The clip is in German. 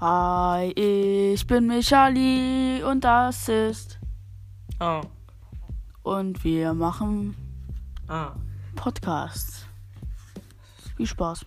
Hi, ich bin Michali und das ist. Ah, Und wir machen ah. Podcasts. Viel Spaß.